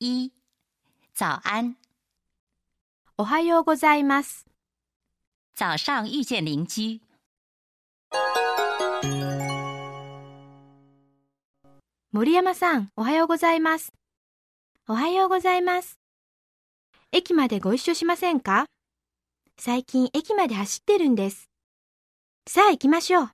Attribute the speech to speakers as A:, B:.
A: 一，早安，
B: おはようございます。
A: 早上遇见邻居。
B: 森山さん、おはようございます。おはようございます。駅までご一緒しませんか最近駅まで走ってるんです。さあ行きましょう。